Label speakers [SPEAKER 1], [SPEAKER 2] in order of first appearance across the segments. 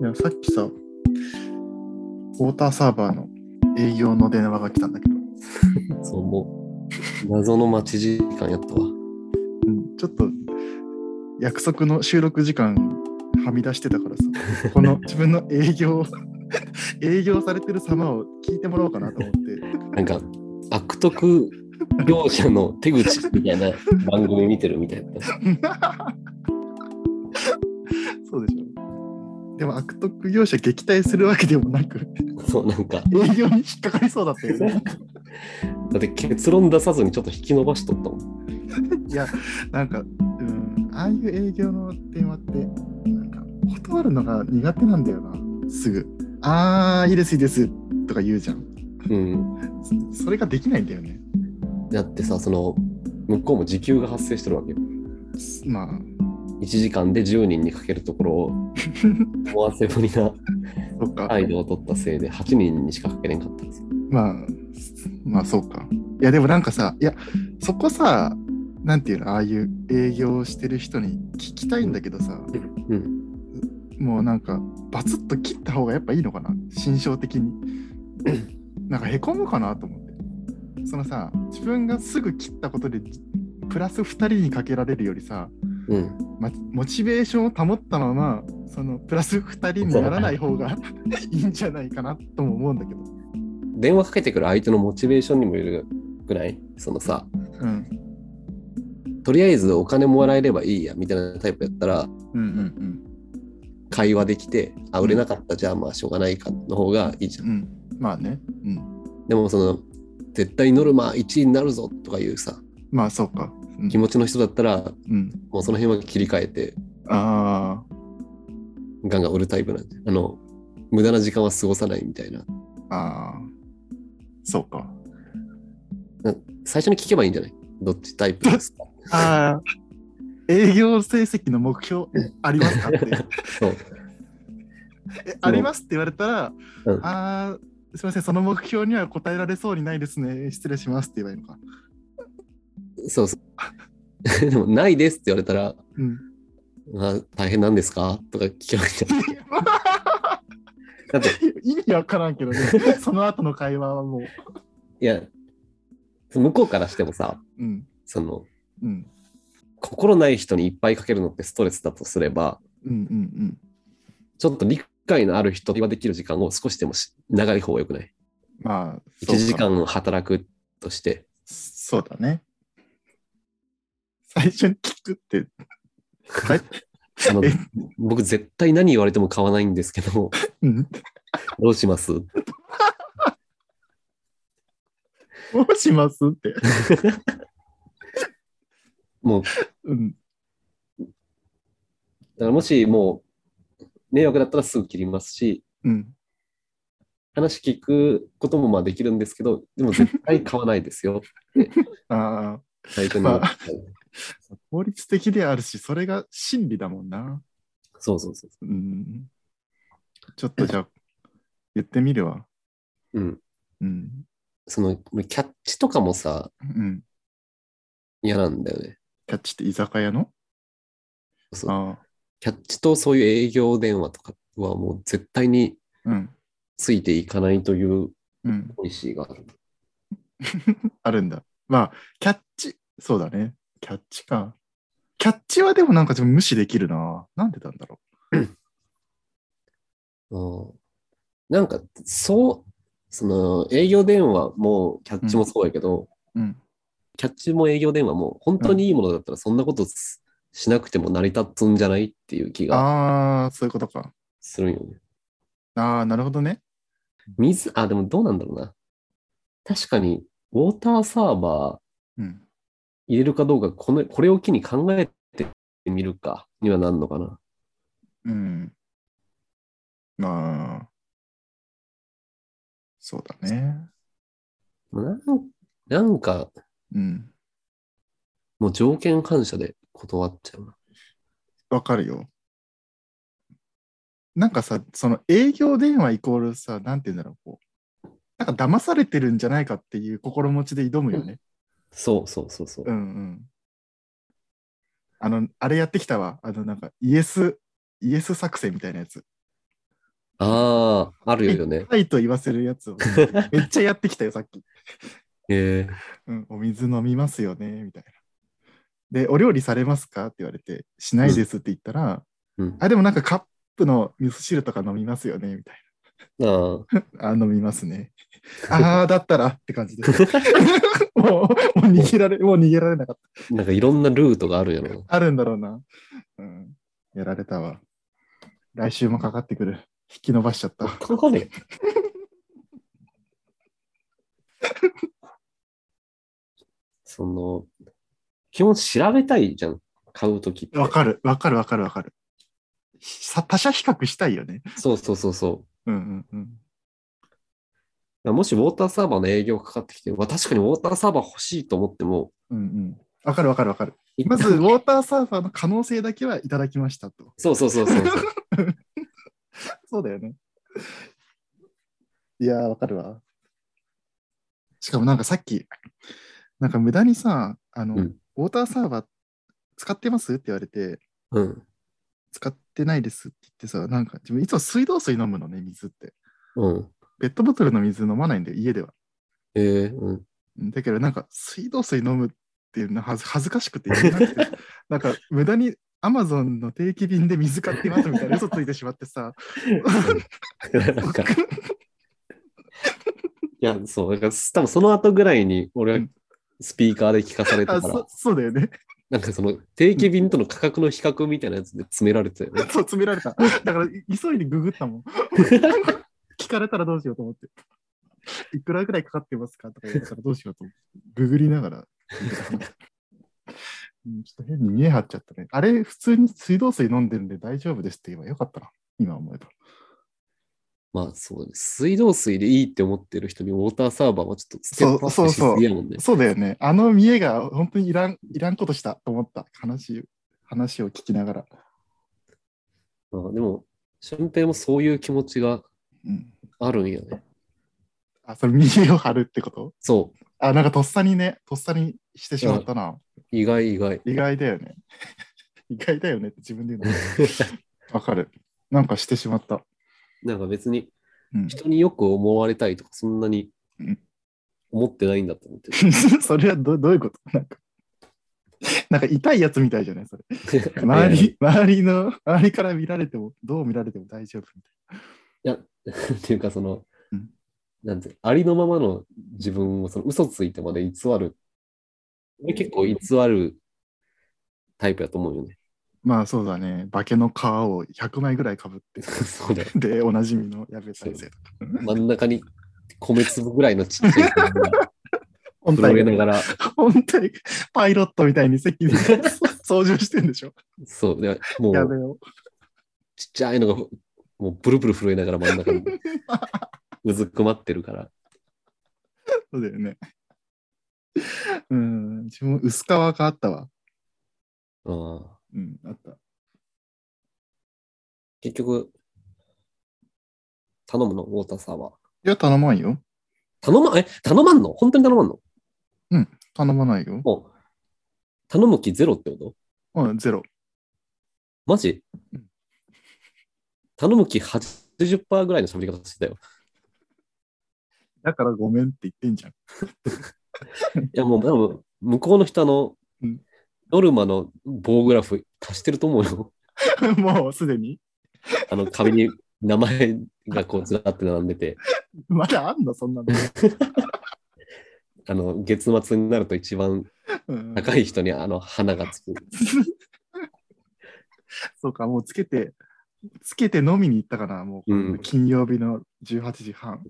[SPEAKER 1] いやさっきさ、ウォーターサーバーの営業の電話が来たんだけど、
[SPEAKER 2] そう、もう、謎の待ち時間やったわ。
[SPEAKER 1] うん、ちょっと約束の収録時間はみ出してたから さ、この自分の営業を 営業されてる様を聞いてもらおうかなと思って、
[SPEAKER 2] なんか、悪徳業者の手口みたいな番組見てるみたいな。
[SPEAKER 1] そうでしょ。でも悪徳業者撃退するわけでもなく、
[SPEAKER 2] そう、なんか、
[SPEAKER 1] 営業に引っかかりそうだったよね。
[SPEAKER 2] だって結論出さずにちょっと引き伸ばしとったもん。
[SPEAKER 1] いや、なんか、うん、ああいう営業の電話って、なんか、断るのが苦手なんだよな、すぐ。あー、いいです、いいです、とか言うじゃん。
[SPEAKER 2] うん。
[SPEAKER 1] そそれができないんだよね。
[SPEAKER 2] だってさ、その、向こうも時給が発生してるわけよ。
[SPEAKER 1] すまあ、
[SPEAKER 2] 1時間で10人にかけるところを、思わせぶりな
[SPEAKER 1] そっか。
[SPEAKER 2] 態度を取ったせいで、8人にしかかけれんかったんですよ。
[SPEAKER 1] まあ、すまあ、そうか。いや、でもなんかさ、いや、そこさ、なんていうの、ああいう営業をしてる人に聞きたいんだけどさ、
[SPEAKER 2] うん。
[SPEAKER 1] もうなんか、バツッと切った方がやっぱいいのかな、心象的 に。なんか、へこむかなと思って。そのさ、自分がすぐ切ったことで、プラス2人にかけられるよりさ、
[SPEAKER 2] うん。
[SPEAKER 1] ま、モチベーションを保ったまま、そのプラス2人にならない方がいいんじゃないかなとも思うんだけど。
[SPEAKER 2] 電話かけてくる相手のモチベーションにもよるぐらい、そのさ、
[SPEAKER 1] うん。
[SPEAKER 2] とりあえずお金もらえればいいやみたいなタイプやったら
[SPEAKER 1] うんうん
[SPEAKER 2] 会話できてあ売れなかったじゃあまあしょうがないかの方がいいじゃ
[SPEAKER 1] うんん。うん。まあね。うん。
[SPEAKER 2] でもその絶対ノルマ1位になるぞとかいうさ
[SPEAKER 1] まあ、そうか。うん
[SPEAKER 2] 気持ちの人だったら
[SPEAKER 1] うん。
[SPEAKER 2] もうその辺は切り替えて
[SPEAKER 1] あ
[SPEAKER 2] ガンガン売るタイプなんであの無駄な時間は過ごさないみたいな
[SPEAKER 1] あ、ああ、そうか。
[SPEAKER 2] 最初に聞けばいいんじゃないどっちタイプです か
[SPEAKER 1] ああ、営業成績の目標ありますか って。
[SPEAKER 2] そう
[SPEAKER 1] えありますって言われたら、
[SPEAKER 2] うん
[SPEAKER 1] ああ、すみません、その目標には答えられそうにないですね。失礼しますって言えばいいのか。
[SPEAKER 2] そうそう でもないですって言われたら
[SPEAKER 1] うん。
[SPEAKER 2] あ大変なんですかとか聞けばいいんじゃないだって
[SPEAKER 1] 意味わからん けどね、その後の会話はもう。
[SPEAKER 2] いや向こうからしてもさ
[SPEAKER 1] うん。
[SPEAKER 2] その
[SPEAKER 1] うん。
[SPEAKER 2] 心ない人にいっぱいかけるのってストレスだとすれば
[SPEAKER 1] うんうん
[SPEAKER 2] ちょっと理解のある人ができる時間を少しでもし長い方がよくない
[SPEAKER 1] うん。まあ、そうか
[SPEAKER 2] 1時間働くとして
[SPEAKER 1] そうだね。最初に聞くっ て、はい
[SPEAKER 2] あの
[SPEAKER 1] え
[SPEAKER 2] 僕絶対何言われても 買わないんですけど
[SPEAKER 1] うん
[SPEAKER 2] どうします
[SPEAKER 1] どうしますって。
[SPEAKER 2] もう
[SPEAKER 1] うん。
[SPEAKER 2] だからもしもう迷惑だったらすぐ切りますし
[SPEAKER 1] うん。
[SPEAKER 2] 話聞くこともまあできるんですけどでも絶対買わないです よ
[SPEAKER 1] ああ、
[SPEAKER 2] 最初に、
[SPEAKER 1] まあ法律的であるし、それが真理だもんな。
[SPEAKER 2] そうそうそ
[SPEAKER 1] うん。ちょっとじゃあ、言ってみるわ。
[SPEAKER 2] ううん
[SPEAKER 1] うん。
[SPEAKER 2] そのキャッチとかもさ
[SPEAKER 1] うん。
[SPEAKER 2] 嫌なんだよね
[SPEAKER 1] キャッチって居酒屋の
[SPEAKER 2] そう
[SPEAKER 1] ああ。
[SPEAKER 2] キャッチとそういう営業電話とかはもう絶対に
[SPEAKER 1] うん。
[SPEAKER 2] ついていかないという
[SPEAKER 1] うん。
[SPEAKER 2] ポリシーがある。
[SPEAKER 1] あるんだ。まあ、キャッチ。そうだね。キャッチか。キャッチはでもなんか自分無視できるな。なんでなんだろ
[SPEAKER 2] うん、なんか、そう、その営業電話もキャッチもそうやけど、
[SPEAKER 1] う。うん。
[SPEAKER 2] キャッチも営業電話も本当にいいものだったらそんなことすしなくても成り立つんじゃないっていう気が
[SPEAKER 1] ああ、そういうことか。
[SPEAKER 2] するんよね。
[SPEAKER 1] ああ、なるほどね。
[SPEAKER 2] 水、あ、でもどうなんだろうな。確かに、ウォーターサーバー
[SPEAKER 1] うん。
[SPEAKER 2] 入れるかどうか、このこれを機に考えてみるかにはなるのかな。
[SPEAKER 1] うん。まあ、そうだね。
[SPEAKER 2] なんなんか、
[SPEAKER 1] うん。
[SPEAKER 2] もう条件反射で断っちゃうな。
[SPEAKER 1] わかるよ。なんかさ、その営業電話イコールさ、なんて言うんだろう、こう、なんか騙されてるんじゃないかっていう心持ちで挑むよね。
[SPEAKER 2] そうそうそうそう。
[SPEAKER 1] うんうん。あの、あれやってきたわ。あの、なんか、イエス、イエス作戦みたいなやつ。
[SPEAKER 2] ああ、あるよね。
[SPEAKER 1] はいと言わせるやつをめっちゃやってきたよ、さっき。
[SPEAKER 2] え
[SPEAKER 1] うん、お水飲みますよね、みたいな。で、お料理されますかって言われて、しないですって言ったら、
[SPEAKER 2] えうん。あ
[SPEAKER 1] あ、でもなんかカップの味噌汁とか飲みますよね、みたい
[SPEAKER 2] ー
[SPEAKER 1] な。あ、飲みますね。ああ、だったらって感じです。 もう、もう逃げられ、もう逃げられなかっ
[SPEAKER 2] なんかいろんなルートがあるやろ。
[SPEAKER 1] た。あるんだろうな。うん。やられたわ。来週もかかってくる。引き伸ばしちゃった。
[SPEAKER 2] かか ね。その、基本調べたいじゃん。買うときって。
[SPEAKER 1] わかる、わかる、わかる、わかる。さ他者比較したいよね。
[SPEAKER 2] そうそうそうそう。
[SPEAKER 1] うんうんうん。
[SPEAKER 2] だからもしウォーターサーバーの営業がかかってきて、わ確かにウォーターサーバー欲しいと思っても、
[SPEAKER 1] うんうん。わかるわかるわかる。まず、ウォーターサーファーの可能性だけはいただきましたと。
[SPEAKER 2] そうそうそうそうそう。
[SPEAKER 1] そうだよね。いやー、わかるわ。しかもなんかさっき、なんか無駄にさ、あの、
[SPEAKER 2] うん
[SPEAKER 1] ウォーターサーバー使ってますって言われて、
[SPEAKER 2] うん。
[SPEAKER 1] 使ってないですって言ってさ、なんか自分いつも水道水飲むのね、水って。
[SPEAKER 2] うん。
[SPEAKER 1] ペットボトルの水飲まないんだよ、家では。
[SPEAKER 2] えー、うん。
[SPEAKER 1] うんだけどなんか水道水飲むっていうのはず恥ずかしくて言えなく てなんか無駄にアマゾンの定期便で水買ってますみたいな嘘ついてしまって さ
[SPEAKER 2] なんか、いや、そう、だから多分その後ぐらいに、俺は
[SPEAKER 1] うん
[SPEAKER 2] スピーカーで聞かされ
[SPEAKER 1] あ
[SPEAKER 2] たから、
[SPEAKER 1] そそうだよね
[SPEAKER 2] なんかその定期便との価格の比較みたいなやつで詰められてたよね。
[SPEAKER 1] そう詰められただからい急いでググったもん聞かれたらどうしようと思っていくらぐらいかかってますかとか言われたらどうしようと思ってググりながら見てたうんちょっと変に見え張っちゃったねあれ普通に水道水飲んでるんで大丈夫ですって言えばよかったな今思えば
[SPEAKER 2] まあそうです。水道水でいいって思ってる人にウォーターサーバーはちょっとステップアッ
[SPEAKER 1] そうそ
[SPEAKER 2] プ
[SPEAKER 1] う
[SPEAKER 2] しす
[SPEAKER 1] そう
[SPEAKER 2] ぎやもんね。
[SPEAKER 1] そうだよね。あの見えが本当にいらん、いらんことしたと思った話、話を聞きながら。
[SPEAKER 2] まあでも、俊平もそういう気持ちが
[SPEAKER 1] うん。
[SPEAKER 2] あるんやね。
[SPEAKER 1] あ、それ見えを張るってこと
[SPEAKER 2] そ
[SPEAKER 1] あ、なんかとっさにね、とっさにしてしまったな。
[SPEAKER 2] う。意外意外。
[SPEAKER 1] 意外だよね。 意外だよねって自分で 言うの。わかる。なんかしてしまった。
[SPEAKER 2] なんか別に
[SPEAKER 1] うん。
[SPEAKER 2] 人によく思われたいとか、そんなに
[SPEAKER 1] うん
[SPEAKER 2] 思ってないんだと思ってる。
[SPEAKER 1] それはどどういうことなんか。なんか痛いやつみたいじゃないそれ。周
[SPEAKER 2] い
[SPEAKER 1] り、周りの、周りから見られても、どう見られても大丈夫みたい
[SPEAKER 2] や、いやっていうかその、
[SPEAKER 1] うん
[SPEAKER 2] なんて、ありのままの自分をその嘘ついてまで偽る。俺結構偽るタイプやと思うよね。
[SPEAKER 1] な。まあそうだね。化けの皮を100枚ぐらいかぶって。
[SPEAKER 2] そうだよ。
[SPEAKER 1] で、おなじみの矢部先生とか。
[SPEAKER 2] 真ん中に米粒ぐらいのちっちゃい子が
[SPEAKER 1] 本
[SPEAKER 2] 転
[SPEAKER 1] 体
[SPEAKER 2] げ
[SPEAKER 1] が、
[SPEAKER 2] ながら、
[SPEAKER 1] 本体がパイロットみたいに 席で操縦してんでしょ
[SPEAKER 2] そう、でも
[SPEAKER 1] 矢
[SPEAKER 2] う
[SPEAKER 1] 部を。
[SPEAKER 2] ちっちゃいのがもうブルブル震えながら真ん 中にうずくまってるから。
[SPEAKER 1] そうだよね。うん、自分も薄皮があったわ。
[SPEAKER 2] うん
[SPEAKER 1] うん、あった。
[SPEAKER 2] 結局、頼むの、ウォーターサーバー。
[SPEAKER 1] いや、頼まんよ。
[SPEAKER 2] 頼ま、え、頼まんの本当に頼まんの
[SPEAKER 1] 頼まないよ。
[SPEAKER 2] もう、頼む気ゼロってこと
[SPEAKER 1] うん、ゼロ。
[SPEAKER 2] マジ
[SPEAKER 1] うん
[SPEAKER 2] 頼む気80%ぐらいの喋り方してたよ。
[SPEAKER 1] だからごめんって言ってんじゃん。
[SPEAKER 2] いや、もう、多分向こうの人あの、
[SPEAKER 1] うん
[SPEAKER 2] ノルマの棒グラフ足してると思うよ。
[SPEAKER 1] もうすでに。
[SPEAKER 2] あの、紙に名前がこう、ずらって並んでて、
[SPEAKER 1] まだあんの、そんなの。
[SPEAKER 2] あの、月末になると一番
[SPEAKER 1] うん、
[SPEAKER 2] 高い人にあの、花がつく。
[SPEAKER 1] そうか、もうつけて、つけて飲みに行ったかな、もう、
[SPEAKER 2] うん
[SPEAKER 1] 金曜日の18時半。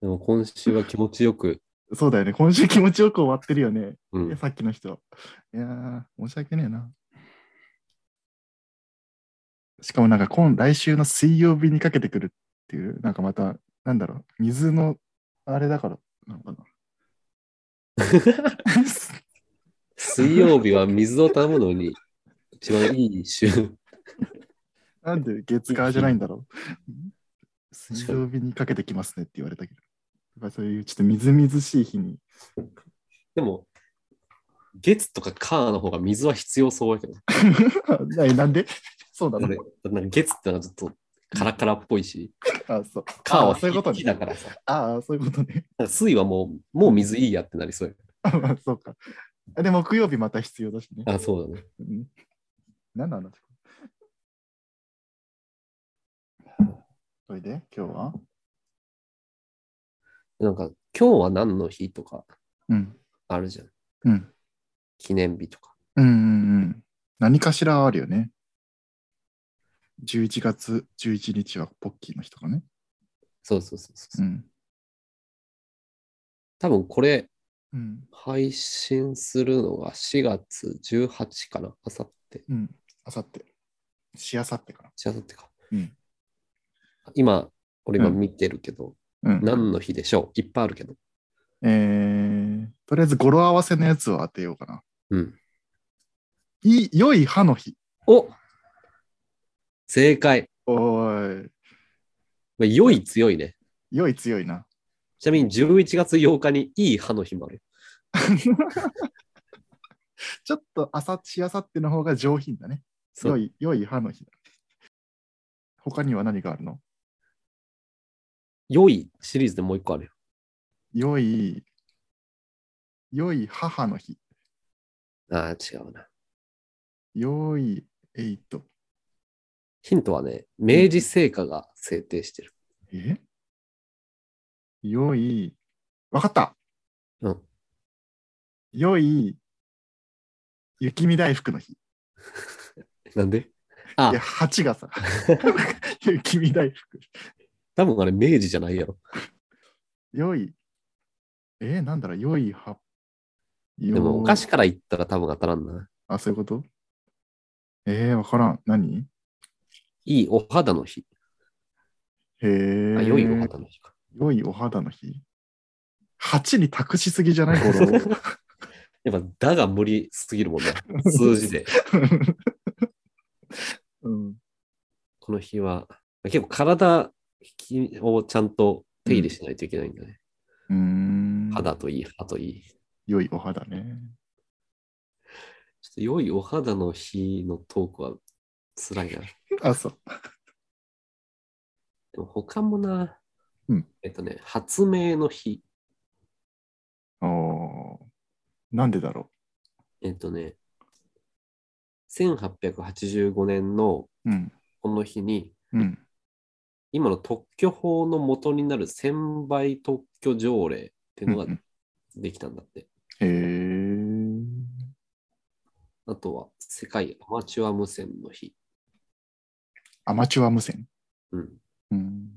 [SPEAKER 2] でも今週は気持ちよく、
[SPEAKER 1] そうだよね、今週気持ちよく終わってるよね。
[SPEAKER 2] う
[SPEAKER 1] いや
[SPEAKER 2] ん、
[SPEAKER 1] さっきの人。いやー、申し訳ねえな。しかもなんか今、来週の水曜日にかけてくるっていう、なんかまた、なんだろう、水の、あれだから、なのか な。
[SPEAKER 2] 水曜日は水を頼むのに、一番いい週。
[SPEAKER 1] なんで月火じゃないんだろう。水曜日にかけてきますねって言われたけど。やっぱそういうちょっとみずみずしい日に。
[SPEAKER 2] でも、月とか火の方が水は必要そうやけど。
[SPEAKER 1] ななんでそうだ
[SPEAKER 2] だ
[SPEAKER 1] な
[SPEAKER 2] っ。てなんか月ってのはちょっとカラカラっぽいし、
[SPEAKER 1] あそう。
[SPEAKER 2] カー
[SPEAKER 1] あ
[SPEAKER 2] は
[SPEAKER 1] そういうことね
[SPEAKER 2] 火だからさ、だか
[SPEAKER 1] ああ、そういうことね。
[SPEAKER 2] ら水はもう、もう水いいやってなりそう
[SPEAKER 1] あまあ、 そうか。あで、木曜日また必要だしね。
[SPEAKER 2] や。あ、そうだね。
[SPEAKER 1] うん。何の話それで、今日は
[SPEAKER 2] なんか、今日は何の日とか
[SPEAKER 1] うん。
[SPEAKER 2] あるじゃん。
[SPEAKER 1] うん。
[SPEAKER 2] 記念日とか。
[SPEAKER 1] うんうんうん。何かしらあるよね。11月11日はポッキーの日とかね。
[SPEAKER 2] そうそうそうそう。
[SPEAKER 1] うん。
[SPEAKER 2] 多分これ、
[SPEAKER 1] うん。
[SPEAKER 2] 配信するのが4月18かな。あさって。
[SPEAKER 1] うん。あさって。しあさってか
[SPEAKER 2] しあさってか。
[SPEAKER 1] うん
[SPEAKER 2] 今、俺今
[SPEAKER 1] うん
[SPEAKER 2] 見てるけど、
[SPEAKER 1] な。うん。
[SPEAKER 2] 何の日でしょういっぱいあるけど。
[SPEAKER 1] えー、とりあえず語呂合わせのやつを当てようかな。
[SPEAKER 2] うん。
[SPEAKER 1] い良い歯の日。
[SPEAKER 2] お正解。
[SPEAKER 1] おーい。
[SPEAKER 2] まあ良い強いね。
[SPEAKER 1] 良い強いな。
[SPEAKER 2] ちなみに11月8日にいい歯の日もある。
[SPEAKER 1] ちょっとあさしあさっての方が上品だね。
[SPEAKER 2] そ
[SPEAKER 1] 良
[SPEAKER 2] う。
[SPEAKER 1] い、良い歯の日だ。他には何があるの
[SPEAKER 2] 良いシリーズでもう一個あるよ。
[SPEAKER 1] 良い、良い母の日。
[SPEAKER 2] ああ、違うな。
[SPEAKER 1] 良いエイト。
[SPEAKER 2] ヒントはね、明治製菓が制定してる。
[SPEAKER 1] え良い、わかった。
[SPEAKER 2] うん。
[SPEAKER 1] 良い、雪見大福の日。
[SPEAKER 2] なんで
[SPEAKER 1] いや、
[SPEAKER 2] あ、
[SPEAKER 1] 蜂が さ、雪見大福。
[SPEAKER 2] 多分あれ明治じゃないやろ。
[SPEAKER 1] 良い、えーなんだろう、良い葉。で
[SPEAKER 2] でもお菓子から言ったら多分当たらんな。
[SPEAKER 1] あ、そういうことえー、わからん。何
[SPEAKER 2] いいお肌の日。
[SPEAKER 1] へえ。
[SPEAKER 2] あ、良いお肌の日か。
[SPEAKER 1] 良いお肌の日。蜂に託しすぎじゃない この
[SPEAKER 2] やっぱ、だが無理すぎるもんね。数字で。
[SPEAKER 1] うん。
[SPEAKER 2] この日は、結構体をちゃんと手入れしないといけないんだね。
[SPEAKER 1] うーん。。
[SPEAKER 2] 肌といい、歯といい。
[SPEAKER 1] 良いお肌ね。
[SPEAKER 2] ちょっと良いお肌の日のトークは辛いな。で
[SPEAKER 1] あ、そう。
[SPEAKER 2] も他もな、
[SPEAKER 1] うん
[SPEAKER 2] えっとね、発明の日。
[SPEAKER 1] おーなんでだろ
[SPEAKER 2] えっとね、1885年の
[SPEAKER 1] う。うん。
[SPEAKER 2] この日に、
[SPEAKER 1] うん。
[SPEAKER 2] 今の特許法の元になる専売特許条例っていうの
[SPEAKER 1] うんう
[SPEAKER 2] が
[SPEAKER 1] ん
[SPEAKER 2] できたんだって。
[SPEAKER 1] へえ。
[SPEAKER 2] あとは、世界アマチュア無線の日。
[SPEAKER 1] アマチュア無線。
[SPEAKER 2] うん。
[SPEAKER 1] うん。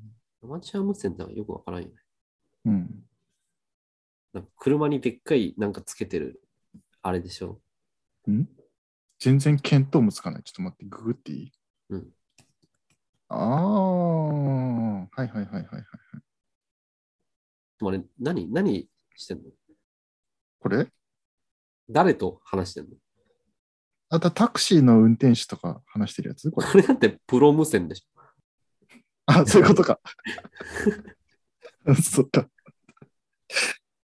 [SPEAKER 2] アマチュア無線ってのはよくわからんよね。
[SPEAKER 1] うん。
[SPEAKER 2] なんか車にでっかいなんかつけてる、あれでしょ。
[SPEAKER 1] 全然見当もつかない。ちょっと待って、ググっていい
[SPEAKER 2] うん。
[SPEAKER 1] ああ。はいはいはいはいはい。
[SPEAKER 2] でもあれ、何、何してんの
[SPEAKER 1] これ
[SPEAKER 2] 誰と話してんの
[SPEAKER 1] あとタクシーの運転手とか話してるやつこれ。
[SPEAKER 2] これだってプロ無線でしょ。
[SPEAKER 1] あ、そういうことか。 そっか。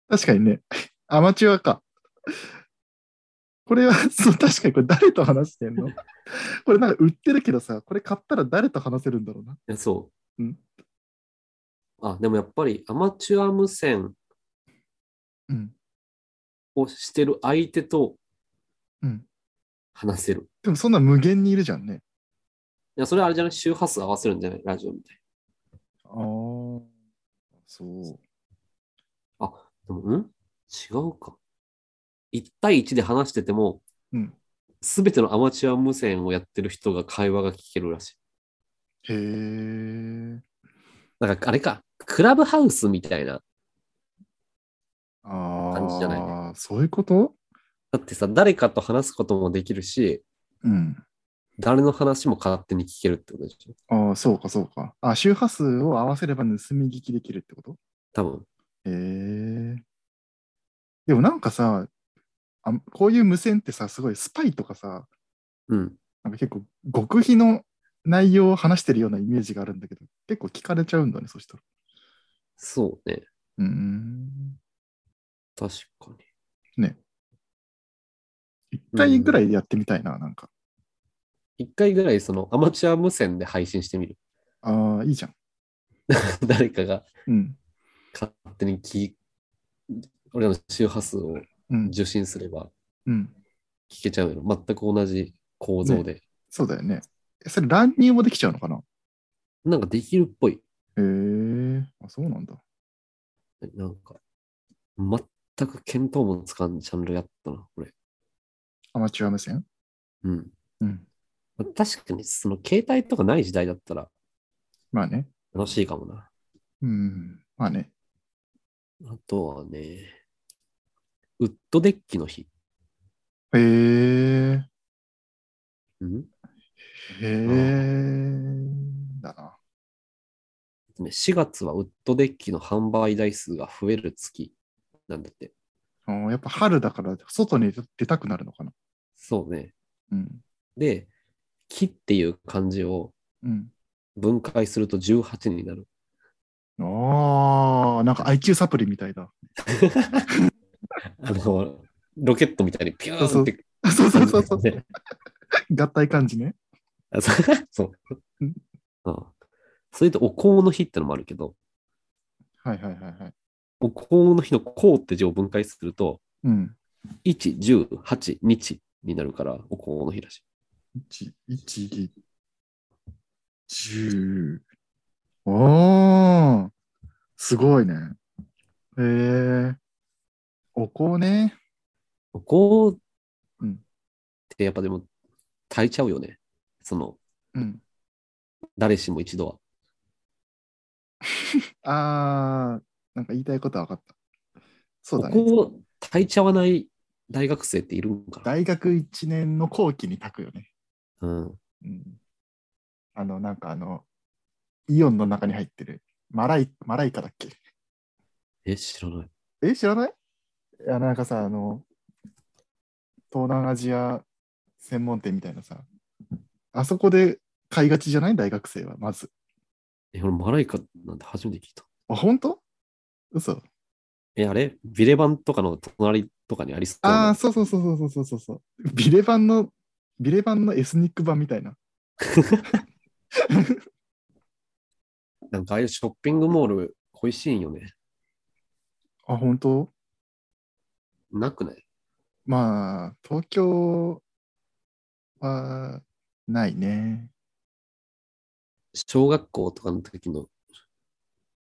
[SPEAKER 1] 確かにね。アマチュアか。これは、 そう、確かにこれ誰と話してんのこれなんか売ってるけどさ、これ買ったら誰と話せるんだろうな。
[SPEAKER 2] いやそう。
[SPEAKER 1] うん
[SPEAKER 2] あ、でもやっぱりアマチュア無線
[SPEAKER 1] うん。
[SPEAKER 2] をしてる相手と
[SPEAKER 1] うん。
[SPEAKER 2] 話せる。
[SPEAKER 1] でもそんな無限にいるじゃんね。
[SPEAKER 2] いや、それあれじゃない周波数合わせるんじゃないラジオみたい
[SPEAKER 1] ああ。そう。
[SPEAKER 2] な。でも、ん違うか。1対1で話してても、
[SPEAKER 1] うん。
[SPEAKER 2] すべてのアマチュア無線をやってる人が会話が聞けるらしい。
[SPEAKER 1] へえ。
[SPEAKER 2] なんかあれか、クラブハウスみたいな。
[SPEAKER 1] ああ。
[SPEAKER 2] 感じじゃない
[SPEAKER 1] そういうこと
[SPEAKER 2] だってさ、誰かと話すこともできるし、
[SPEAKER 1] うん。
[SPEAKER 2] 誰の話も勝手に聞けるってことでしょ。
[SPEAKER 1] ああ、そうか、そうか。あ、周波数を合わせれば盗み聞きできるってこと
[SPEAKER 2] 多分。
[SPEAKER 1] へえ。でもなんかさあ、こういう無線ってさ、すごいスパイとかさ、
[SPEAKER 2] うん。
[SPEAKER 1] なんか結構極秘の内容を話してるようなイメージがあるんだけど、結構聞かれちゃうんだね、そしたら。
[SPEAKER 2] そうね。
[SPEAKER 1] うーん。
[SPEAKER 2] 確かに。
[SPEAKER 1] 一回ぐらいでやってみたいな、なんか。
[SPEAKER 2] 一回ぐらいそのアマチュア無線で配信してみる。
[SPEAKER 1] ああ、いいじゃん。
[SPEAKER 2] 誰かが
[SPEAKER 1] うん。
[SPEAKER 2] 勝手に聞い俺らの周波数を
[SPEAKER 1] うん。
[SPEAKER 2] 受信すれば
[SPEAKER 1] うん。
[SPEAKER 2] 聞けちゃうよ。全く同じ構造で。
[SPEAKER 1] そうだよね。えそれ、乱入もできちゃうのかな
[SPEAKER 2] なんかできるっぽい。
[SPEAKER 1] へえあ、そうなんだ。
[SPEAKER 2] なんか、全く見当もつかんジャンルやったな、これ。
[SPEAKER 1] アマチュア無線
[SPEAKER 2] うん。
[SPEAKER 1] うん。
[SPEAKER 2] まあ確かに、その携帯とかない時代だったら
[SPEAKER 1] まあね。
[SPEAKER 2] 楽しいかもな。
[SPEAKER 1] うん。まあね。
[SPEAKER 2] あとはね、ウッドデッキの日。
[SPEAKER 1] へえ
[SPEAKER 2] うん
[SPEAKER 1] へえだな。
[SPEAKER 2] ね4月はウッドデッキの販売台数が増える月なんだって。
[SPEAKER 1] あーやっぱ春だから、外に出たくなるのかな。
[SPEAKER 2] そうね。
[SPEAKER 1] うん。
[SPEAKER 2] で、木っていう漢字を
[SPEAKER 1] うん。
[SPEAKER 2] 分解すると18になる。
[SPEAKER 1] ああ、なんか IQ サプリみたいだ。
[SPEAKER 2] あの、ロケットみたいにピューンって。
[SPEAKER 1] そうそうそうそう。
[SPEAKER 2] ね
[SPEAKER 1] 合体感じね。
[SPEAKER 2] あそう。 そう
[SPEAKER 1] うん
[SPEAKER 2] うんそれとお香の日ってのもあるけど、
[SPEAKER 1] はいはいはいはい。
[SPEAKER 2] お香の日の香って字を分解すると、
[SPEAKER 1] うん。
[SPEAKER 2] 1、10、8、日になるから、お香の日らしい。
[SPEAKER 1] 一、一、十。おー、すごいね。へえお香ね。
[SPEAKER 2] お香
[SPEAKER 1] うん
[SPEAKER 2] ってやっぱでも耐えちゃうよね。その、
[SPEAKER 1] うん。
[SPEAKER 2] 誰しも一度は。
[SPEAKER 1] あー、なんか言いたいことは分かった。そうだね。
[SPEAKER 2] ここ耐えちゃわない大学生っているんかな。
[SPEAKER 1] 大学一年の後期に炊くよね。
[SPEAKER 2] うん。
[SPEAKER 1] うん。あの、なんかあの、イオンの中に入ってる。マライ、マライカだっけ
[SPEAKER 2] え、知らない。
[SPEAKER 1] え、知らないいや、なんかさ、あの、東南アジア専門店みたいなさ、あそこで買いがちじゃない大学生は、まず。
[SPEAKER 2] え、俺、マライカなんて初めて聞いた。
[SPEAKER 1] あ、本当嘘。
[SPEAKER 2] え、あれビレバンとかの隣とかにありそう
[SPEAKER 1] あ
[SPEAKER 2] な
[SPEAKER 1] あ、そうそうそうそうそうそうそう。ビレ版の、ビレ版のエスニック版みたいな。
[SPEAKER 2] なんかああいうショッピングモール恋しいんよね。
[SPEAKER 1] あ、本当
[SPEAKER 2] なくない
[SPEAKER 1] まあ、東京はないね。
[SPEAKER 2] 小学校とかの時の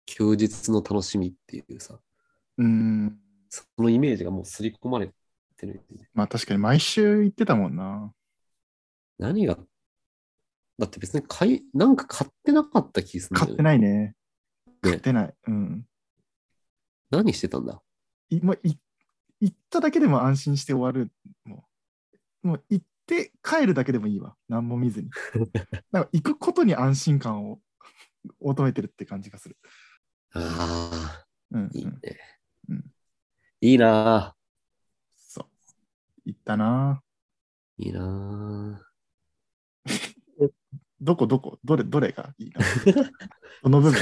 [SPEAKER 2] 休日の楽しみっていうさ、
[SPEAKER 1] うん。
[SPEAKER 2] そのイメージがもう刷り込まれてるよね。
[SPEAKER 1] まあ確かに毎週行ってたもんな。
[SPEAKER 2] 何がだって別に買い、なんか買ってなかった気するんだ
[SPEAKER 1] 買っ
[SPEAKER 2] よ
[SPEAKER 1] て
[SPEAKER 2] ね。
[SPEAKER 1] ないね。買ってない。うん。
[SPEAKER 2] 何してたんだ
[SPEAKER 1] いもうい行っただけでも安心して終わるもうもう行って帰るだけでもいいわ何も見 ずになんか行くことに安心感を 求めてるって感じがする、
[SPEAKER 2] ああ、
[SPEAKER 1] うん
[SPEAKER 2] いい
[SPEAKER 1] うん
[SPEAKER 2] ね。
[SPEAKER 1] うん
[SPEAKER 2] いいなあ
[SPEAKER 1] そう行ったない
[SPEAKER 2] いなあ
[SPEAKER 1] どこどこどれどれがいいなこの部分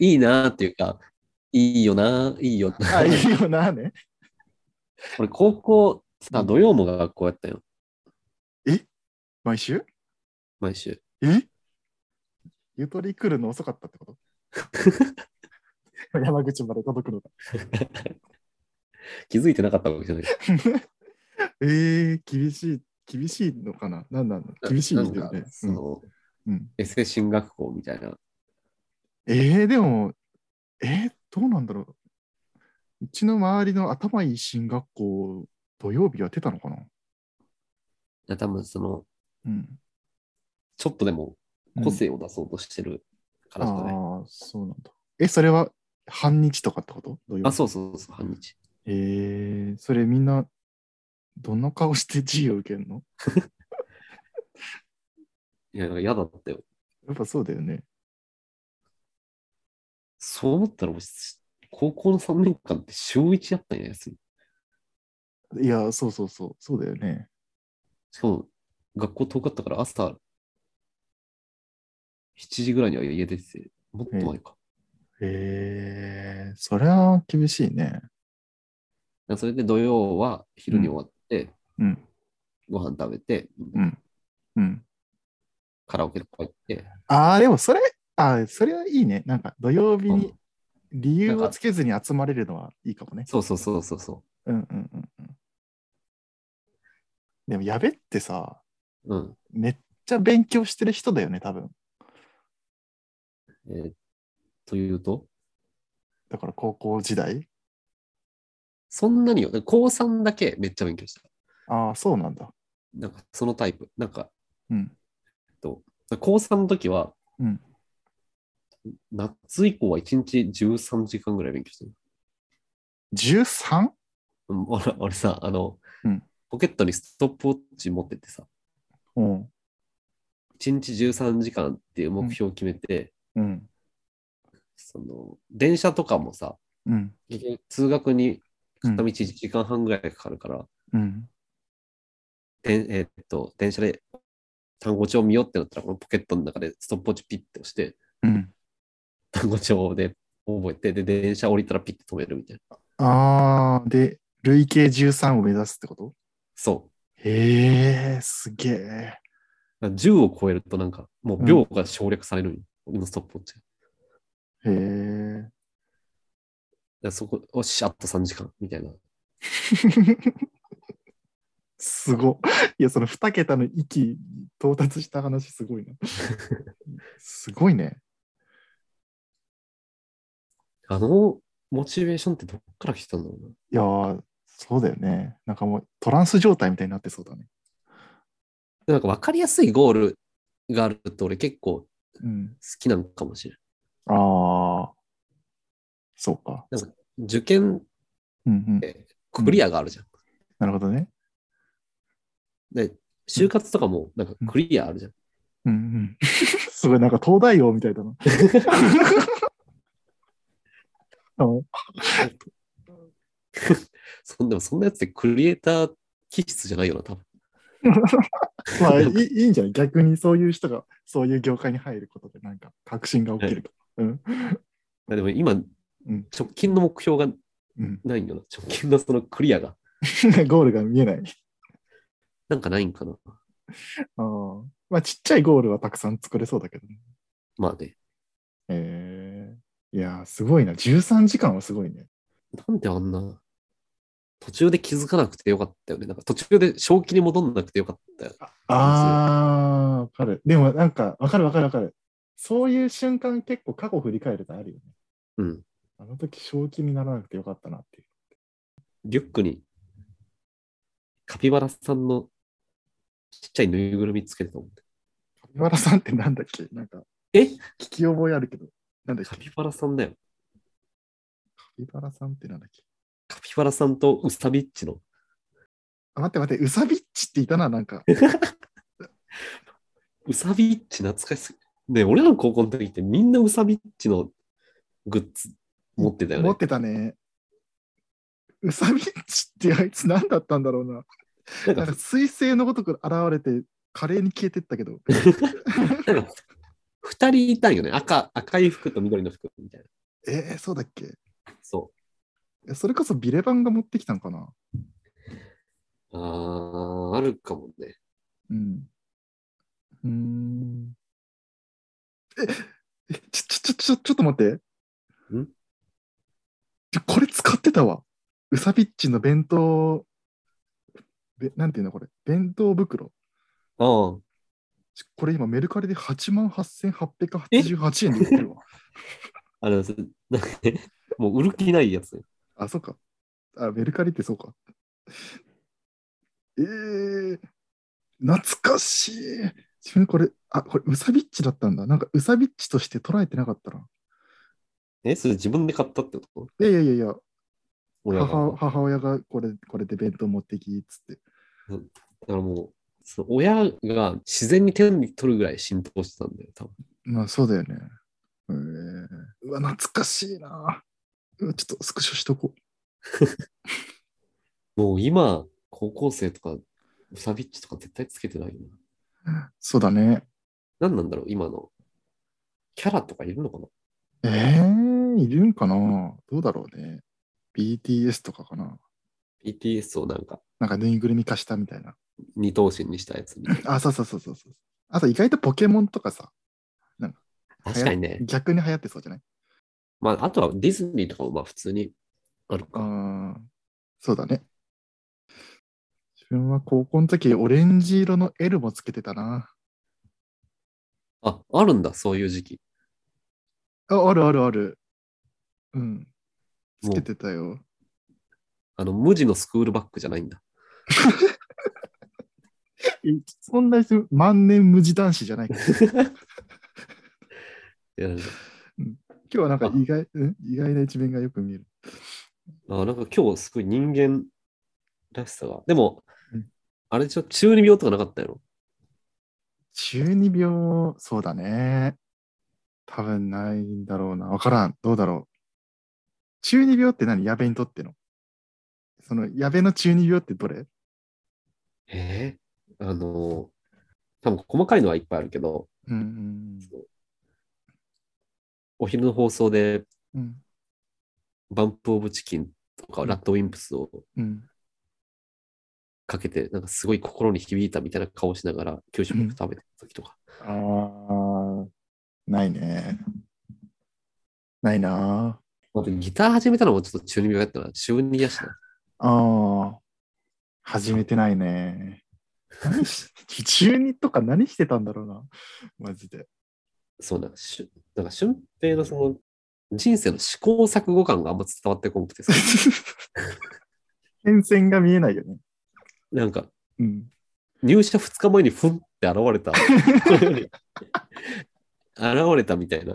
[SPEAKER 2] いいなあっていうか、いいよなあいいよなあ
[SPEAKER 1] あいいよなね
[SPEAKER 2] 俺、高校、さ、土曜も学校やったよ、
[SPEAKER 1] 毎週
[SPEAKER 2] 毎週。
[SPEAKER 1] えゆとり来るの遅かったってこと 山口まで届くのが
[SPEAKER 2] 気づいてなかったわけじゃない。
[SPEAKER 1] えー、厳しい厳しいのかな何なんだろう厳しいんだよ
[SPEAKER 2] な
[SPEAKER 1] ね
[SPEAKER 2] んかその、
[SPEAKER 1] うんうん
[SPEAKER 2] エセ進学校みたいな。
[SPEAKER 1] えー、でも、えー、どうなんだろう。うちの周りの頭いい進学校、土曜日やってたのかな
[SPEAKER 2] 多分その、
[SPEAKER 1] うん。
[SPEAKER 2] ちょっとでも個性を出そうとしてるからじゃない。
[SPEAKER 1] ああ、そうなんだ。え、それは半日とかってこと土曜
[SPEAKER 2] あ、
[SPEAKER 1] 日。
[SPEAKER 2] そうそうそう、半日。
[SPEAKER 1] えー、それみんな、どんな顔して G を受けるの
[SPEAKER 2] いや、なんか嫌だったよ。
[SPEAKER 1] やっぱそうだよね。
[SPEAKER 2] そう思ったら、俺高校の3年間って週1やったんや、休み。
[SPEAKER 1] いや、そうそうそう、そうだよね。
[SPEAKER 2] しかも、学校遠かったから朝、7時ぐらいには家出てて、もっと前か。
[SPEAKER 1] えー、それは厳しいね。
[SPEAKER 2] それで土曜は昼に終わって、
[SPEAKER 1] うん、
[SPEAKER 2] ご飯食べて、
[SPEAKER 1] うん、うん。
[SPEAKER 2] カラオケとか行って、
[SPEAKER 1] ああ、でもそれ、あーそれはいいね。なんか土曜日に理由をつけずに集まれるのはいいかもね。
[SPEAKER 2] そうそうそうそうそ
[SPEAKER 1] うんうんうんうん。でも矢部ってさ、
[SPEAKER 2] う。うん。
[SPEAKER 1] めっちゃ勉強してる人だよね、多分。
[SPEAKER 2] えーというと、
[SPEAKER 1] だから高校時代。
[SPEAKER 2] そんなによ、高3だけめっちゃ勉強した。
[SPEAKER 1] ああ、そうなんだ。
[SPEAKER 2] なんかそのタイプ。なんか、
[SPEAKER 1] うん。
[SPEAKER 2] 高3の時は、
[SPEAKER 1] うん
[SPEAKER 2] 夏以降は1日13時間ぐらい勉強してる。
[SPEAKER 1] 13?
[SPEAKER 2] うん俺俺さ、あの、
[SPEAKER 1] うん
[SPEAKER 2] ポケットにストップウォッチ持っててさ、
[SPEAKER 1] うん。
[SPEAKER 2] 1日13時間っていう目標を決めて、
[SPEAKER 1] うん。
[SPEAKER 2] その、電車とかもさ、
[SPEAKER 1] うん。
[SPEAKER 2] 結局通学に片道1時間半ぐらいかかるから、
[SPEAKER 1] うん。
[SPEAKER 2] でえーっと、電車で単語帳見ようってなったら、このポケットの中でストップウォッチピッて押して、
[SPEAKER 1] うん。
[SPEAKER 2] 単語帳で覚えて、で、電車降りたらピッて止めるみたいな。
[SPEAKER 1] ああ、で、累計13を目指すってこと
[SPEAKER 2] そう。
[SPEAKER 1] へえ、すげえ。
[SPEAKER 2] だから10を超えるとなんか、もう秒が省略されるんよ、俺のストップウォッチ。だか
[SPEAKER 1] へえ。
[SPEAKER 2] らそこ、おし、あと3時間みたいな。
[SPEAKER 1] すごい。いや、その2桁の域に到達した話、すごいな。すごいね。
[SPEAKER 2] あの、モチベーションってどっから来たんだろうな。
[SPEAKER 1] いやー、そうだよね。なんかもうトランス状態みたいになってそうだね。
[SPEAKER 2] でなんか分かりやすいゴールがあると俺結構好
[SPEAKER 1] うん。
[SPEAKER 2] きなのかもしれない。
[SPEAKER 1] ああ、そうか。
[SPEAKER 2] 受験
[SPEAKER 1] うんうん。
[SPEAKER 2] ってクリアがあるじゃん。
[SPEAKER 1] なるほどね。
[SPEAKER 2] で、就活とかもなんかクリアあるじゃん。
[SPEAKER 1] うんうん。すごい、なんか東大王みたいだな。うん
[SPEAKER 2] そんでもそんなやつってクリエイター気質じゃないよな、多分。
[SPEAKER 1] まあいい、いいんじゃない逆にそういう人が、そういう業界に入ることで、なんか、確信が起きると。うん。
[SPEAKER 2] でも今、
[SPEAKER 1] ん
[SPEAKER 2] 直近の目標が
[SPEAKER 1] うん。
[SPEAKER 2] ないよな。直近のそのクリアが
[SPEAKER 1] ゴールが見えない。
[SPEAKER 2] なんかないんかな。
[SPEAKER 1] あーまあ、ちっちゃいゴールはたくさん作れそうだけどね。
[SPEAKER 2] まあね。
[SPEAKER 1] えー、いやー、すごいな。13時間はすごいね。
[SPEAKER 2] なんであんな、途中で気づかなくてよかったよね。なんか途中で正気に戻んなくてよかったよ。
[SPEAKER 1] あー、わかる。でも、なんか、わかるわかるわかる。そういう瞬間、結構過去振り返るとあるよね。
[SPEAKER 2] うん。
[SPEAKER 1] あの時、正気にならなくてよかったなっていう。
[SPEAKER 2] リュックに、カピバラさんのちっちゃいぬいぐるみつけてたもんね。
[SPEAKER 1] カピバラさんってなんだっけなんか、
[SPEAKER 2] え
[SPEAKER 1] 聞き覚えあるけど、なんだっ
[SPEAKER 2] カ
[SPEAKER 1] け
[SPEAKER 2] ピバラさんだよ。
[SPEAKER 1] カピバラさんってなんだっけ
[SPEAKER 2] カピバラさんとウサビッチの。
[SPEAKER 1] あ、待って待って、ウサビッチっていたな、なんか。
[SPEAKER 2] ウサビッチ懐かしすぎねえ俺らの高校の時ってみんなウサビッチのグッズ持ってたよ
[SPEAKER 1] 持
[SPEAKER 2] ね
[SPEAKER 1] っ。てたね。ウサビッチってあいつ何だったんだろうな。
[SPEAKER 2] なん
[SPEAKER 1] なん
[SPEAKER 2] か
[SPEAKER 1] か、彗星のごとく現れて、華麗に消えてったけど。
[SPEAKER 2] なんか二人いたんよね。赤、赤い服と緑の服みたいな。
[SPEAKER 1] えー、そうだっけ
[SPEAKER 2] そ
[SPEAKER 1] えそれこそビレバンが持ってきたんかな
[SPEAKER 2] う。あー、あるかもね。
[SPEAKER 1] うん。うーん。え、えちょ、ちょ、ちょ、ちょっと待って。
[SPEAKER 2] ん
[SPEAKER 1] ちょこれ使ってたわ。ウサビッチの弁当、べなんていうのこれ。弁当袋。
[SPEAKER 2] あー
[SPEAKER 1] ちょこれ今メルカリで8万8888円で売ってるわ。
[SPEAKER 2] あの、すなんかねもう売る気ないやつね。
[SPEAKER 1] あ、そうか。あ、メルカリってそうか。えー、懐かしい。自分これ、あ、これウサビッチだったんだ。なんかウサビッチとして捉えてなかったな。
[SPEAKER 2] え、それ自分で買ったってこと
[SPEAKER 1] いやいやいやいや、
[SPEAKER 2] 親が。
[SPEAKER 1] 母母親がこれこれで弁当持ってきっつって。
[SPEAKER 2] だからもう、その親が自然に手に取るぐらい浸透してたんだよ、多分。
[SPEAKER 1] まあそうだよね。えー、うわ、懐かしいな。うわちょっとスクショしとこう。
[SPEAKER 2] もう今、高校生とか、ウサビッチとか絶対つけてないよ
[SPEAKER 1] そうだね。
[SPEAKER 2] な。何なんだろう、今の。キャラとかいるのかな
[SPEAKER 1] えー、いるんかなどうだろうね。BTS とかかな
[SPEAKER 2] ?BTS をなんか、
[SPEAKER 1] なんかぬいぐるみ化したみたいな。
[SPEAKER 2] 二頭身にしたやつみたいな。
[SPEAKER 1] あ、そうそうそうそうそう。あと意外とポケモンとかさ、
[SPEAKER 2] 確かにね。
[SPEAKER 1] 逆に流行ってそうじゃない
[SPEAKER 2] まあ、あとはディズニーとかもまあ普通にある
[SPEAKER 1] うー
[SPEAKER 2] か。
[SPEAKER 1] ん。そうだね。自分は高校の時、オレンジ色の L もつけてたな。
[SPEAKER 2] あ、あるんだ、そういう時期。
[SPEAKER 1] あ、あるあるある。うん。つけてたよ。
[SPEAKER 2] あの、無地のスクールバッグじゃないんだ。
[SPEAKER 1] えそんな人万年無地男子じ ゃないから。
[SPEAKER 2] いや
[SPEAKER 1] 今日はなんか意外、うん、意外な一面がよく見える。
[SPEAKER 2] あなんか今日すごい人間らしさが。でも
[SPEAKER 1] うん、
[SPEAKER 2] あれでしょ、中二病とかなかったやろ。
[SPEAKER 1] 中二病、そうだね。多分ないんだろうな。わからん。どうだろう。中二病って何矢部にとっての。その矢部の中二病ってどれ
[SPEAKER 2] ええあの、多分細かいのはいっぱいあるけど、
[SPEAKER 1] うん
[SPEAKER 2] お昼の放送で
[SPEAKER 1] うんうん。
[SPEAKER 2] バンプオブチキンとかラッドウィンプスを
[SPEAKER 1] うん。
[SPEAKER 2] かけて、なんかすごい心に響いたみたいな顔しながら給食食べてた時とか。
[SPEAKER 1] ああ、ないね。ないな
[SPEAKER 2] あとギター始めたのもちょっと中二病やったな。中二やしな。
[SPEAKER 1] あ。ああ。始めてないね。何し中二とか何してたんだろうな。マジで。
[SPEAKER 2] そうなんかしゅ、なんか俊平のその人生の試行錯誤感があんま伝わってこなくてさ、
[SPEAKER 1] 変遷が見えないよね。
[SPEAKER 2] なんか
[SPEAKER 1] うん。
[SPEAKER 2] 入社2日前にふんって現れ た。現れたみたいな。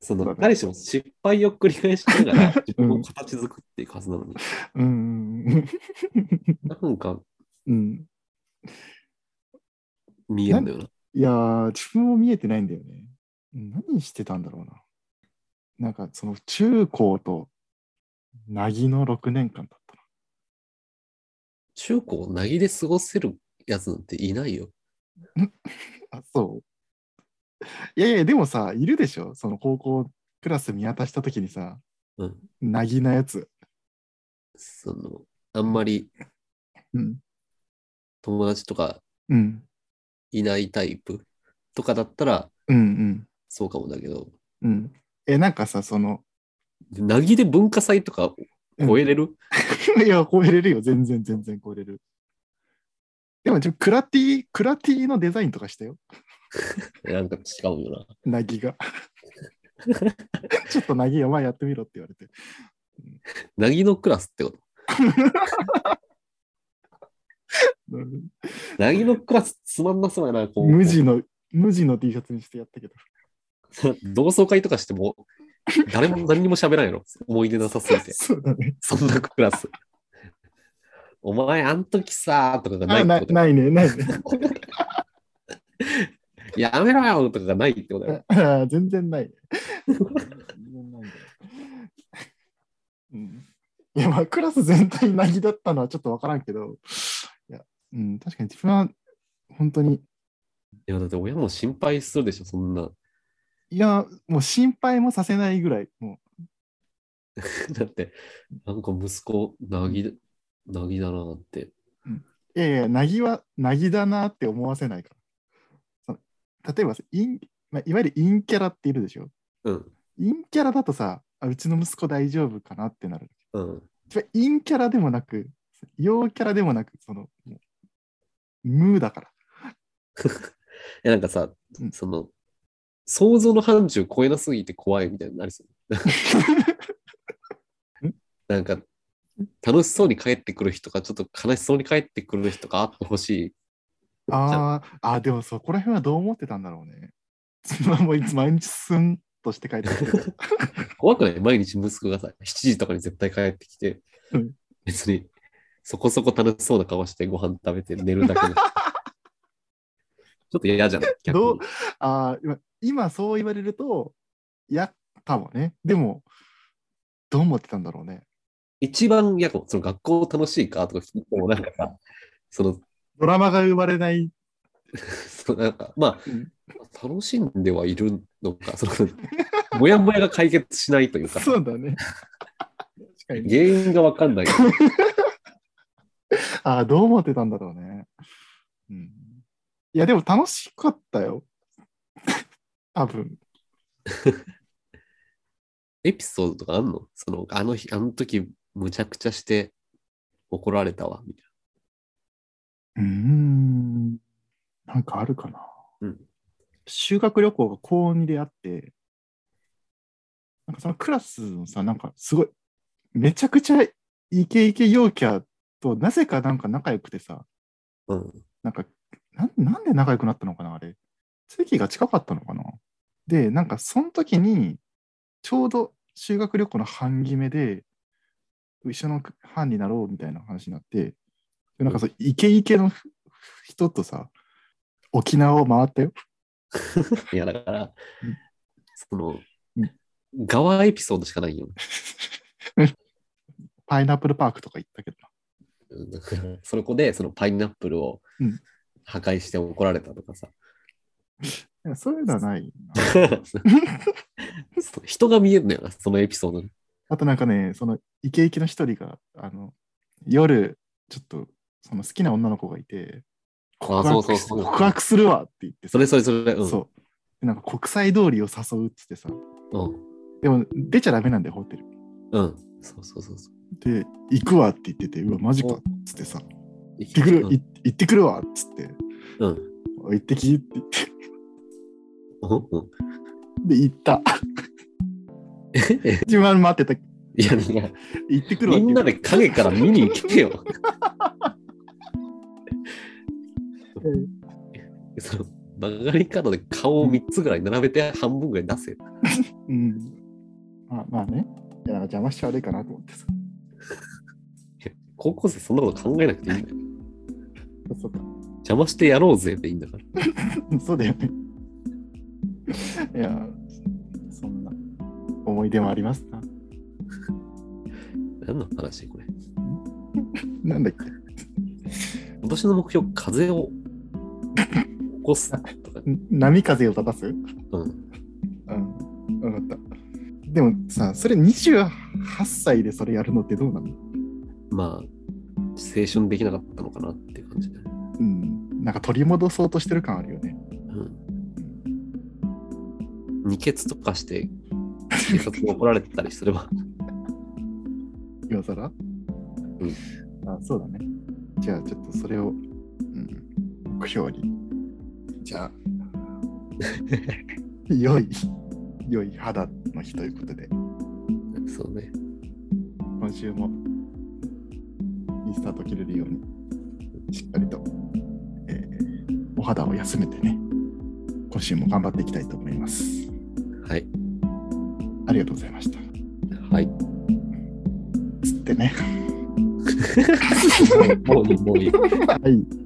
[SPEAKER 2] そ
[SPEAKER 1] そうだ
[SPEAKER 2] の
[SPEAKER 1] ね
[SPEAKER 2] 誰しも失敗を繰り返しな がら自分を形作っていくはずなのに。
[SPEAKER 1] うん。
[SPEAKER 2] なんか
[SPEAKER 1] うん。
[SPEAKER 2] 見えるんだよな。
[SPEAKER 1] いやー、自分も見えてないんだよね。うん何してたんだろうな。なんか、その中高と、なぎの6年間だったな。
[SPEAKER 2] 中高をなぎで過ごせるやつなんていないよ。
[SPEAKER 1] あ、そう。いやいや、でもさ、いるでしょその高校クラス見渡したときにさ、
[SPEAKER 2] うん。
[SPEAKER 1] なぎなやつ。
[SPEAKER 2] その、あんまり
[SPEAKER 1] うん。
[SPEAKER 2] 友達とか
[SPEAKER 1] うん。
[SPEAKER 2] いないタイプとかだったら
[SPEAKER 1] うんうん。
[SPEAKER 2] そうかもだけど、
[SPEAKER 1] うん。え、なんかさ、その、
[SPEAKER 2] なぎで文化祭とか超えれる、
[SPEAKER 1] いや、超えれるよ。全然、全然超えれる。でも、ちょクラティ、クラティのデザインとかしたよ。
[SPEAKER 2] なんか違うよ
[SPEAKER 1] なぎが。 ちょっとなぎ、お前やってみろって言われて。
[SPEAKER 2] な。なぎのクラスってこと。
[SPEAKER 1] うん
[SPEAKER 2] なぎのクラスつまんなそうやな。こう
[SPEAKER 1] 無地の、無地の T シャツにしてやったけど。
[SPEAKER 2] 同窓会とかしても、誰も何にも喋らんやろ。思い出なさすぎ て。
[SPEAKER 1] そうだね。
[SPEAKER 2] そんなクラス。お前、あん時さ、とかが
[SPEAKER 1] あ
[SPEAKER 2] ない
[SPEAKER 1] な
[SPEAKER 2] ってこと
[SPEAKER 1] ないね、ないね。
[SPEAKER 2] ややめろよとかが ないってことだよ。
[SPEAKER 1] ああ 全然ないね。全然ないんだようんいや、まあ、クラス全体なぎだったのはちょっとわからんけど、いや、うん、確かに自分は、本当に、
[SPEAKER 2] いや、だって親も心配するでしょ、そんな。
[SPEAKER 1] いや、もう心配もさせないぐらい、も
[SPEAKER 2] だって、なんか息子、なぎ、なぎだなって。
[SPEAKER 1] う、いやいや、なぎは、なぎだなって思わせないから。その例えばさ、陰まあ、いわゆる陰キャラっているでしょ。
[SPEAKER 2] うん、
[SPEAKER 1] 陰キャラだとさあうちの息子大丈夫かなってなる
[SPEAKER 2] うん。
[SPEAKER 1] 自分陰キャラでもなく陽キャラでもなくそのもう無だから
[SPEAKER 2] え、なんかさ
[SPEAKER 1] うん、
[SPEAKER 2] その、想像の範疇超えなすぎて怖いみたいになりそう。なんか、楽しそうに帰ってくる日とか、ちょっと悲しそうに帰ってくる日とかあってほしい。
[SPEAKER 1] あーあーでもそこら辺はどう思ってたんだろうね妻もいつ毎日スンとして帰ってくる
[SPEAKER 2] 怖くない毎日息子がさ、7時とかに絶対帰ってきて
[SPEAKER 1] うん、
[SPEAKER 2] 別に、そこそこ楽しそうな顔してご飯食べて寝るだけのちょっと嫌じゃない逆に
[SPEAKER 1] どうあー今今そう言われるとやったもねでもどう思ってたんだろうね
[SPEAKER 2] 一番嫌かも。その学校楽しいかとか聞いても、なんかさ、その、
[SPEAKER 1] ドラマが生まれない
[SPEAKER 2] そのなんか、ま
[SPEAKER 1] うん
[SPEAKER 2] あ、楽しんではいるのか、その、もやもやが解決しないというか、
[SPEAKER 1] そうだね確かにね
[SPEAKER 2] 原因がわかんない。
[SPEAKER 1] ああ、どう思ってたんだろうね。うん、いや、でも楽しかったよ。 多分。
[SPEAKER 2] エピソードとかあんのその、あの日、あの時、むちゃくちゃして怒られたわ、みたいう
[SPEAKER 1] ーん。なんかあるかな。
[SPEAKER 2] うん
[SPEAKER 1] 修学旅行が高2であって、なんかそのクラスのさ、なんかすごい、めちゃくちゃイケイケ陽キャとなぜかなんか仲良くてさ、
[SPEAKER 2] な。うん。
[SPEAKER 1] なんか、なんなんで仲良くなったのかな、あれ。席が近かったのかな。で、なんか、その時に、ちょうど修学旅行の班決めで、一緒の班になろうみたいな話になって、でなんかそう、イケイケのふ人とさ、沖縄を回ったよ。
[SPEAKER 2] いや、だから
[SPEAKER 1] うん、
[SPEAKER 2] その
[SPEAKER 1] うん、
[SPEAKER 2] 側エピソードしかないよ。
[SPEAKER 1] パイナップルパークとか行ったけどな。
[SPEAKER 2] うんだから そこで、そのパイナップルを
[SPEAKER 1] うん
[SPEAKER 2] 破壊して怒られたと かさ。
[SPEAKER 1] いやそういうのはないな。
[SPEAKER 2] そう人が見えるのよな、そのエピソードに。
[SPEAKER 1] あとなんかね、そのイケイケの一人が、あの、夜、ちょっと、その好きな女の子がいて、
[SPEAKER 2] あ
[SPEAKER 1] 告
[SPEAKER 2] そ
[SPEAKER 1] 白
[SPEAKER 2] うそう
[SPEAKER 1] し
[SPEAKER 2] そう。
[SPEAKER 1] 告白するわって言ってさ
[SPEAKER 2] それそれそれ。うん。
[SPEAKER 1] そう。でなんか国際通りを誘うっつってさ、
[SPEAKER 2] うん。
[SPEAKER 1] でも出ちゃダメなんだよ、ホテル。
[SPEAKER 2] うん。そうそうそうそう。
[SPEAKER 1] で、行くわって言ってて、うわ、マジかっつってさ、行
[SPEAKER 2] 行
[SPEAKER 1] ってくる、
[SPEAKER 2] う
[SPEAKER 1] い
[SPEAKER 2] ん
[SPEAKER 1] 行ってくるわっつって、
[SPEAKER 2] うん。
[SPEAKER 1] おい行ってきって言って、
[SPEAKER 2] うんうん
[SPEAKER 1] で、行った。
[SPEAKER 2] え
[SPEAKER 1] 自分待ってた、
[SPEAKER 2] いや、いや
[SPEAKER 1] 行ってくるわ
[SPEAKER 2] み
[SPEAKER 1] って言
[SPEAKER 2] んな
[SPEAKER 1] う
[SPEAKER 2] で影から見に来てよ。 その曲がり角で顔を3つぐらい並べて半分ぐらい出せよ。
[SPEAKER 1] うん。まあまあね。いや、なんか邪魔しちゃ悪いかなと思ってさ。
[SPEAKER 2] いや高校生そんなこと考えなくていいんだよ。
[SPEAKER 1] そうか。
[SPEAKER 2] 邪魔してやろうぜでいいんだから。
[SPEAKER 1] そうだよね。いや、そんな思い出もありますな。
[SPEAKER 2] 何の話これ。
[SPEAKER 1] なんだっけ
[SPEAKER 2] 今年の目標、風を起こすとか。
[SPEAKER 1] ん波風を立たす
[SPEAKER 2] うん。
[SPEAKER 1] うん、分かった。でもさ、それ28歳でそれやるのってどうなの
[SPEAKER 2] まあ、青春できなかったのかなっていう感じだね。
[SPEAKER 1] うん、なんか取り戻そうとしてる感あるよね。
[SPEAKER 2] うん。二血とかして、警察に怒られたりすれば。
[SPEAKER 1] 今更あ、そうだね。じゃあちょっとそれを、うん、目標に。じゃあ、 良い、良い肌の日ということで、
[SPEAKER 2] そうね。
[SPEAKER 1] 今週もいいスタート切れるように、しっかりと、えーお肌を休めてね、今週も頑張っていきたいと思います。
[SPEAKER 2] はい。
[SPEAKER 1] ありがとうございました。
[SPEAKER 2] はい。
[SPEAKER 1] つってね。
[SPEAKER 2] もういい、もういい。
[SPEAKER 1] はい。